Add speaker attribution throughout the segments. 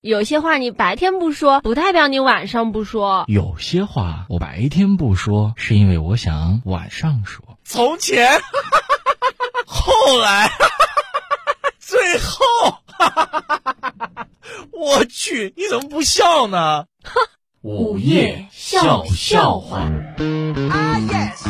Speaker 1: 有些话你白天不说，不代表你晚上不说。
Speaker 2: 有些话我白天不说，是因为我想晚上说。
Speaker 3: 从前， 后来， 最后， 我去，你怎么不笑呢？
Speaker 4: 午夜笑笑话。
Speaker 5: Ah, yes.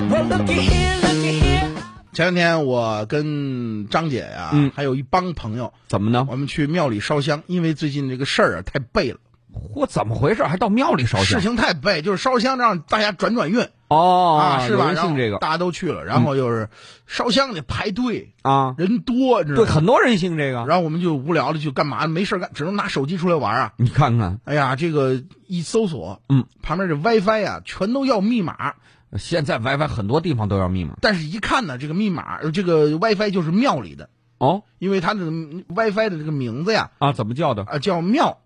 Speaker 5: Well, looky here, looky here.
Speaker 6: 前两天我跟张姐呀、
Speaker 3: 嗯
Speaker 6: 还有一帮朋友，
Speaker 3: 怎么呢？
Speaker 6: 我们去庙里烧香，因为最近这个事儿啊太背了，
Speaker 3: 我怎么回事？还到庙里烧
Speaker 6: 事情太背，就是烧香让大家转转运
Speaker 3: 哦
Speaker 6: 啊，是吧？然
Speaker 3: 信
Speaker 6: 后
Speaker 3: 这个嗯
Speaker 6: 大家都去了，然后就是烧香得排队，
Speaker 3: 啊，
Speaker 6: 人多，你知道
Speaker 3: 对，
Speaker 6: 吗？
Speaker 3: 很多人信这个。
Speaker 6: 然后我们就无聊的就干嘛？没事儿干，只能拿手机出来玩啊！
Speaker 3: 你看看，
Speaker 6: 哎呀，这个一搜索，
Speaker 3: 嗯，
Speaker 6: 旁边这 WiFi 啊，全都要密码，
Speaker 3: 现在 WiFi 很多地方都要密码
Speaker 6: 但是一看呢，这个密码，呃这个 WiFi 就是庙里的，
Speaker 3: 哦
Speaker 6: 因为它的嗯 WiFi 的这个名字呀，
Speaker 3: 啊，怎么叫的？
Speaker 6: 啊叫庙。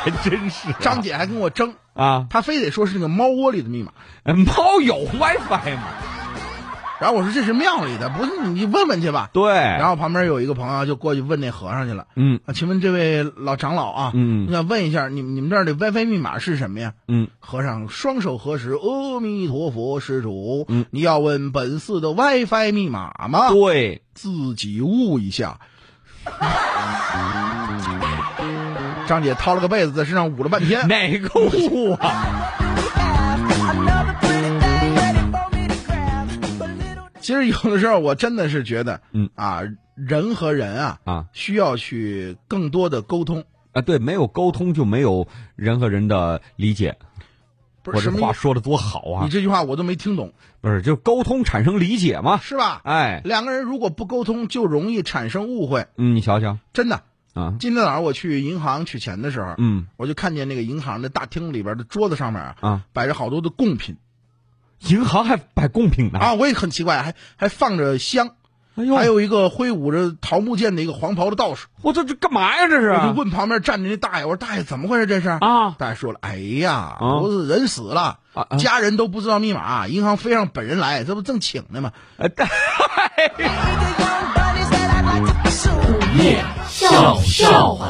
Speaker 3: 还真是
Speaker 6: 张姐还跟我争，
Speaker 3: 啊，
Speaker 6: 她非得说是那个猫窝里的密码，
Speaker 3: 哎猫有 WiFi 吗？
Speaker 6: 然后我说这是庙里的，不是你问问去吧。
Speaker 3: 对，
Speaker 6: 然后旁边有一个朋友就过去问那和尚去了，
Speaker 3: 嗯
Speaker 6: 啊，请问这位老长老啊，
Speaker 3: 嗯
Speaker 6: 我想问一下，你们你们这儿的 WiFi 密码是什么呀？
Speaker 3: 嗯，
Speaker 6: 和尚双手合十，阿弥陀佛，施主，
Speaker 3: 嗯，哦
Speaker 6: 你要问本寺的 WiFi 密码
Speaker 3: 啊
Speaker 6: 吗？
Speaker 3: 对，
Speaker 6: 自己悟一下。张姐掏了个被子，在身上捂了半天。
Speaker 3: 哪个屋啊？
Speaker 5: Another pretty thing ready for me to grab. But little
Speaker 6: 其实有的时候我真的是觉得，
Speaker 3: 嗯
Speaker 6: 啊，人和人啊，
Speaker 3: 啊
Speaker 6: 需要去更多的沟通。
Speaker 3: 啊，对，没有沟通就没有人和人的理解。
Speaker 6: 不
Speaker 3: 我
Speaker 6: 是
Speaker 3: 这
Speaker 6: 什么
Speaker 3: 话
Speaker 6: 意
Speaker 3: 说的多好
Speaker 6: 思？你
Speaker 3: 啊！
Speaker 6: 这句话我都没听懂，
Speaker 3: 不是，就沟通产生理解嘛？
Speaker 6: 是 吧？
Speaker 3: 哎，
Speaker 6: 两个人如果不沟通，就容易产生误会。
Speaker 3: 嗯，你瞧瞧
Speaker 6: 真的，
Speaker 3: 啊，
Speaker 6: 今天早上我去银行取钱的时候，
Speaker 3: 嗯
Speaker 6: 我就看见那个银行的大厅里边的桌子上面啊，
Speaker 3: 啊，
Speaker 6: 摆着好多的贡品
Speaker 3: 银行还摆贡品呢
Speaker 6: 啊，我也很奇怪，还还放着香。
Speaker 3: 哎呦，
Speaker 6: 还有一个挥舞着桃木剑的一个黄袍的道士，
Speaker 3: 我这这干嘛呀？这是
Speaker 6: 我就问旁边站着那大爷，我说大爷怎么回事这是？
Speaker 3: 啊
Speaker 6: 大爷说了，哎呀，
Speaker 3: 啊
Speaker 6: 不是人死了
Speaker 3: 啊啊，
Speaker 6: 家人都不知道密码，银行非让本人来，这不正请呢吗？
Speaker 3: 呃但
Speaker 5: baby young bunnies that I'd like to pursue.
Speaker 4: 午夜笑笑话。